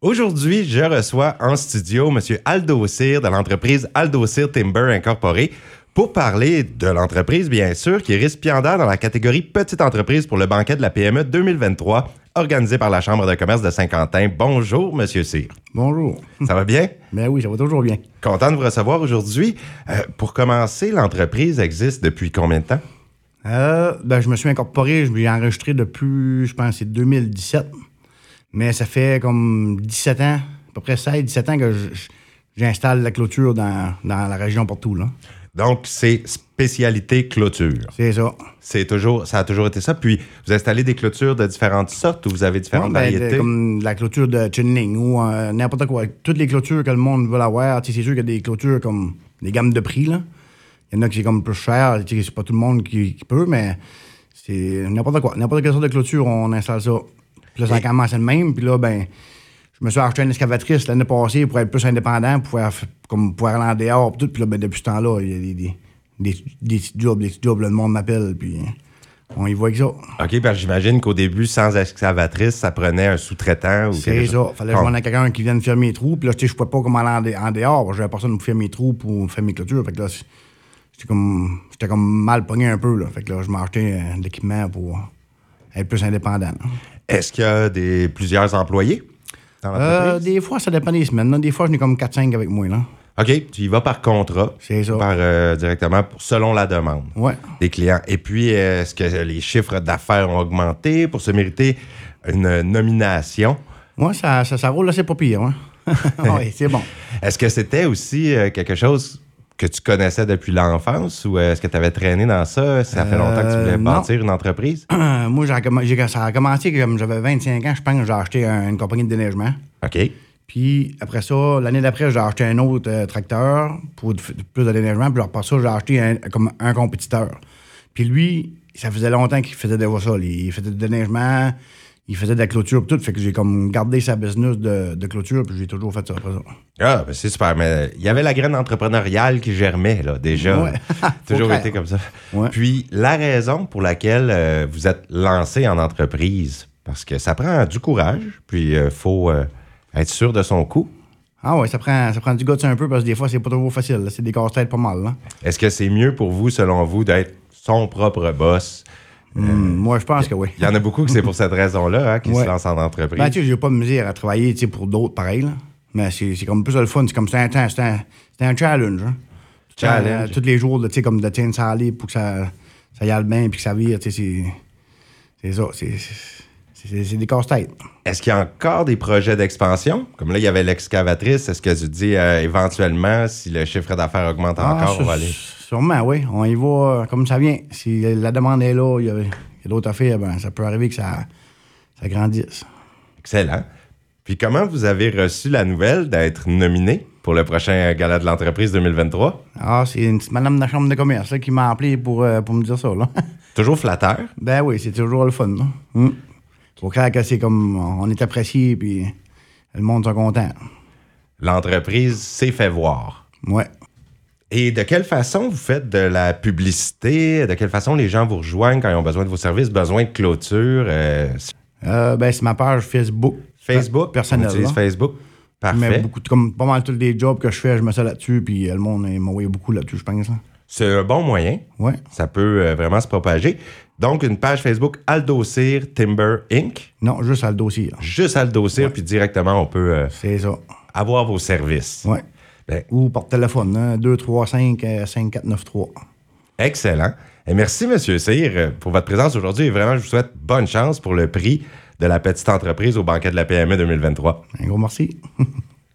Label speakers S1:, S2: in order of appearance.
S1: Aujourd'hui, je reçois en studio M. Aldo Cyr de l'entreprise Aldo Cyr Timber Incorporé pour parler de l'entreprise, bien sûr, qui est récipiendaire dans la catégorie Petite entreprise pour le banquet de la E PME 2023 organisé par la Chambre de commerce de Saint-Quentin. Bonjour, M. Cyr.
S2: Bonjour.
S1: Ça va bien?
S2: Ben oui, ça va toujours bien.
S1: Content de vous recevoir aujourd'hui. Euh, pour commencer, l'entreprise existe depuis combien de temps?
S2: Euh, ben, je me suis incorporé, je l'ai enregistré depuis, je pense, c'est 2017. Mais ça fait comme 17 ans, à peu près 16, 17 ans que je- je- j'installe la clôture dans, dans la région Portou, là.
S1: Donc, c'est spécialité clôture.
S2: C'est ça.
S1: C'est toujours, ça a toujours été ça. Puis, vous installez des clôtures de différentes sortes ou vous avez différentes
S2: Ouais, ben, de-
S1: variétés?
S2: comme la clôture de Chinling ou euh, n'importe quoi. Toutes les clôtures que le monde veut avoir, tu sais, c'est sûr qu'il y a des clôtures comme des gammes de prix, là. Il y en a qui c'est comme plus cher, tu sais, c'est pas tout le monde qui, qui peut, mais c'est n'importe quoi. N'importe quelle sorte de clôture, on installe ça. Puis là, ça commence le même, puis là, ben, je me suis acheté une excavatrice l'année passée pour être plus indépendant, pour pouvoir, f- comme, pouvoir aller en dehors, puis tout. Puis là, ben, depuis ce temps-là, il y a des, des, des, des petits jobs, des petits jobs, là, le monde m'appelle, puis on y voit que ça.
S1: OK, parce que j'imagine qu'au début, sans excavatrice, ça prenait un sous-traitant ou
S2: C'est
S1: quelque
S2: ça. Ah.
S1: chose.
S2: Fallait que je demande à quelqu'un qui vienne faire mes trous. Puis là, tu sais, je pouvais pas comme aller en, dé- en dehors. J'avais personne pour faire mes trous pour faire mes clôtures. Fait que là, c'est- j'étais comme, j'étais comme mal pogné un peu. Là. Fait que là, je m'achetais euh, de l'équipement pour être plus indépendant. là.
S1: Est-ce qu'il y a des, plusieurs employés dans
S2: Euh,
S1: l'entreprise?
S2: des fois, ça dépend des semaines. là. Des fois, j'en ai comme 4-5 avec moi. Là.
S1: OK, tu y vas par contrat,
S2: C'est ça.
S1: par, euh, directement, pour- selon la demande
S2: Ouais.
S1: des clients. Et puis, euh, est-ce que les chiffres d'affaires ont augmenté pour se mériter une nomination?
S2: Moi, ça, ça, ça roule là, c'est pas pire. Hein? oui, c'est bon.
S1: Est-ce que c'était aussi euh, quelque chose que tu connaissais depuis l'enfance ou euh, est-ce que tu avais traîné dans ça? Ça fait longtemps que tu voulais
S2: Euh, non.
S1: bâtir une entreprise?
S2: moi, j'ai comm- j'ai- ça a commencé comme j'avais 25 ans. Je pense que j'ai acheté un- une compagnie de déneigement.
S1: OK.
S2: Puis après ça, l'année d'après, j'ai acheté un autre euh, tracteur pour de- plus de déneigement. Puis après ça, j'ai acheté un, comme un compétiteur. Puis lui, ça faisait longtemps qu'il faisait des ça. Il faisait du déneigement, il faisait de la clôture, puis tout. Fait que j'ai comme gardé sa business de, de clôture, puis j'ai toujours fait ça après ça.
S1: Ah, ben c'est super. Mais il y avait la graine entrepreneuriale qui germait, là, déjà.
S2: Ouais.
S1: Toujours
S2: Au
S1: été
S2: clair.
S1: comme ça.
S2: Ouais.
S1: Puis, la raison pour laquelle euh, vous êtes lancé en entreprise, parce que ça prend du courage, puis il faut euh, être sûr de son coup.
S2: Ah ouais, ça prend, ça prend du guts un peu parce que des fois, c'est pas toujours facile. là. C'est des casse-têtes pas mal. là.
S1: Est-ce que c'est mieux pour vous, selon vous, d'être son propre boss?
S2: Hum, moi, je pense que oui.
S1: Il y en a beaucoup que c'est pour cette raison-là hein, qui
S2: Ouais.
S1: se lancent en entreprise.
S2: Ben, tu sais, j'ai pas de misère à travailler tu sais, pour d'autres pareil. Là. Mais c'est c'est comme plus le fun. C'est comme c'est un, temps- c'est un, c'est un challenge. hein. Tout le temps,
S1: Challenge.
S2: euh, tous les jours, là, tu sais, comme de tiens ça aller pour que ça, ça y aille bien puis que ça vire. tu sais, C'est c'est ça. c'est- c'est- C'est c'est des casse-têtes.
S1: Est-ce qu'il y a encore des projets d'expansion? Comme là, il y avait l'excavatrice. Est-ce que tu dis euh, éventuellement, si le chiffre d'affaires augmente encore,
S2: Ah,
S1: on va
S2: sû-
S1: aller?
S2: Sûrement, oui. On y va euh, comme ça vient. Si la demande est là, il y a, il y a d'autres affaires, ben, ça peut arriver que ça, ça grandisse.
S1: Excellent. Puis comment vous avez reçu la nouvelle d'être nominé pour le prochain gala de l'entreprise 2023?
S2: Ah, c'est une petite madame de la chambre de commerce là, qui m'a appelé pour, euh, pour me dire ça. Là.
S1: Toujours flatteur.
S2: Ben oui, c'est toujours le fun. là. Mm. Faut croire que c'est comme on est apprécié puis le monde est content.
S1: L'entreprise s'est fait voir.
S2: Ouais.
S1: Et de quelle façon vous faites de la publicité? De quelle façon les gens vous rejoignent quand ils ont besoin de vos services, besoin de clôture? euh,
S2: Euh, ben c'est ma page Facebook.
S1: Facebook?
S2: personnel,
S1: On utilise
S2: là.
S1: Facebook.
S2: Mais
S1: Parfait.
S2: beaucoup de- comme pas mal tous les jobs que je fais, je me sers là-dessus puis euh, le monde il m'envoie beaucoup là-dessus, je pense. là.
S1: C'est un bon moyen.
S2: Ouais.
S1: Ça peut euh, vraiment se propager. Donc, une page Facebook Aldo Cyr Timber Inc.
S2: Non, juste à le dossier. là.
S1: Juste Aldo Cyr, puis directement, on peut euh,
S2: C'est ça.
S1: avoir vos services.
S2: Ouais.
S1: Ben,
S2: Ou par téléphone, hein, 2 3 5 euh, 5 4 9 3.
S1: excellent. Et merci, M. Cyr, euh, pour votre présence aujourd'hui. Et vraiment, je vous souhaite E bonne chance pour le prix de la petite entreprise au banquet de la PME 2023.
S2: Un gros merci.